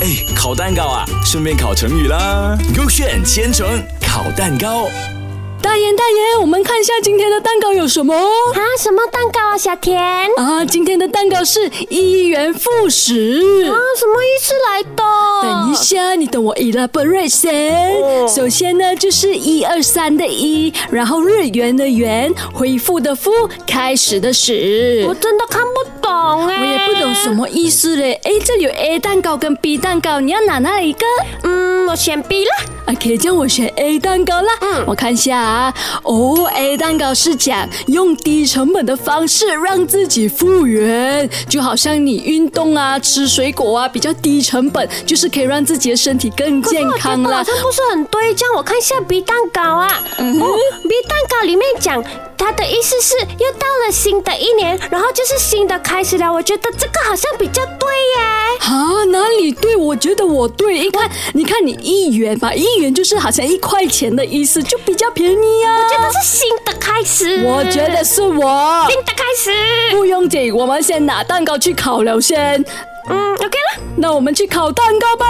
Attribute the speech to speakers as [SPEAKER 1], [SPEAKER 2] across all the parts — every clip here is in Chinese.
[SPEAKER 1] 哎，烤蛋糕啊，顺便烤成语啦。勾选千层烤蛋糕，
[SPEAKER 2] 大爷大爷，我们看一下今天的蛋糕有什么哦
[SPEAKER 3] 啊，什么蛋糕啊，小田？啊，
[SPEAKER 2] 啊？今天的蛋糕是一元复始。
[SPEAKER 3] 啊什么意思来的？
[SPEAKER 2] 等一下，你等我 elaborate 先。首先呢，就是一二三的一，然后日元的元，恢复的复，开始的始。
[SPEAKER 3] 我真的看不懂哎、
[SPEAKER 2] 我也不懂什。么意思嘞。诶，这里有 A 蛋糕跟 B 蛋糕，你要拿哪一个
[SPEAKER 3] 嗯，我选 B 啦。
[SPEAKER 2] ？OK，这样我选 A 蛋糕啦。
[SPEAKER 3] 嗯
[SPEAKER 2] 我看一下啊。哦，A 蛋糕是讲用低成本的方式让自己复原，就好像你运动啊、吃水果啊，比较低成本，就是可以让自己的身体更
[SPEAKER 3] 可是
[SPEAKER 2] 健
[SPEAKER 3] 我觉
[SPEAKER 2] 康
[SPEAKER 3] 得 好
[SPEAKER 2] 啦。嗯
[SPEAKER 3] 像不是很对，哦这样我看一下 B 蛋糕啊。哦，B 蛋糕里面讲，它的意思是又到了新的一年，然后就是新的开始了。我觉得这个好像比较对耶。
[SPEAKER 2] 啊，哪里对？我觉得我对。一看，你看你一元吧，一元就是好像一块钱的意思，就比较便宜呀、
[SPEAKER 3] 这个是新的开始。
[SPEAKER 2] 我觉得是我。
[SPEAKER 3] 新的开始。
[SPEAKER 2] 不用紧，我们先拿蛋糕去烤了先。
[SPEAKER 3] 嗯，OK 了。
[SPEAKER 2] 那我们去烤蛋糕吧。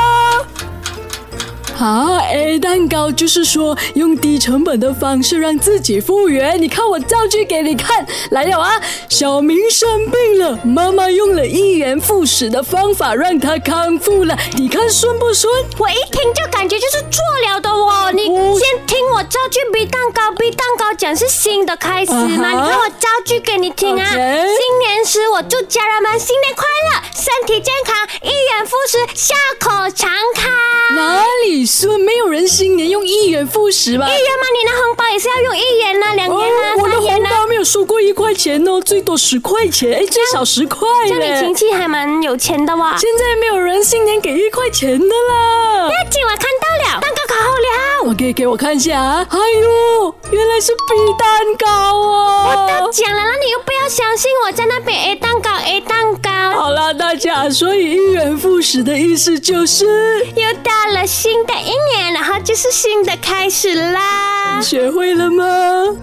[SPEAKER 2] 啊，A 蛋糕就是说用低成本的方式让自己复原。你看我造句给你看，来了啊！小明生病了，妈妈用了一元复始的方法让他康复了。你看顺不顺？
[SPEAKER 3] 我一听就感觉就是错了的哦。你
[SPEAKER 2] 我
[SPEAKER 3] 先听我造句 B 蛋糕，B 蛋糕讲是新的开始嘛
[SPEAKER 2] 啊哈
[SPEAKER 3] 你看我造句给你听啊。
[SPEAKER 2] OK
[SPEAKER 3] 新年时我祝家人们新年快乐，身体健康，一元复始，笑口常开。
[SPEAKER 2] 哪里顺？没有人新年用一元复始吧？
[SPEAKER 3] 一元嘛，你拿红包也是要用一元呐、两
[SPEAKER 2] 哦
[SPEAKER 3] 元啊呐、
[SPEAKER 2] 我的
[SPEAKER 3] 三元
[SPEAKER 2] 红
[SPEAKER 3] 呐、
[SPEAKER 2] 包没有收过一块钱哦，最多十块钱，哎，最少十块
[SPEAKER 3] 这里
[SPEAKER 2] 嘞
[SPEAKER 3] 亲戚还蛮有钱的哇。
[SPEAKER 2] 现在没有人新年给一块钱的啦。
[SPEAKER 3] 不要紧，我看到了，蛋糕烤好了。
[SPEAKER 2] 我给给我看一下啊！哎呦，原来是 B 蛋糕
[SPEAKER 3] 我都
[SPEAKER 2] 哦。
[SPEAKER 3] 讲了，那你又不要相信我在那边 A 蛋糕 A 蛋糕。
[SPEAKER 2] 好啦，大家，所以一元复始的意思就是
[SPEAKER 3] 又到了新的一年，然后就是新的开始啦。
[SPEAKER 2] 学会了吗？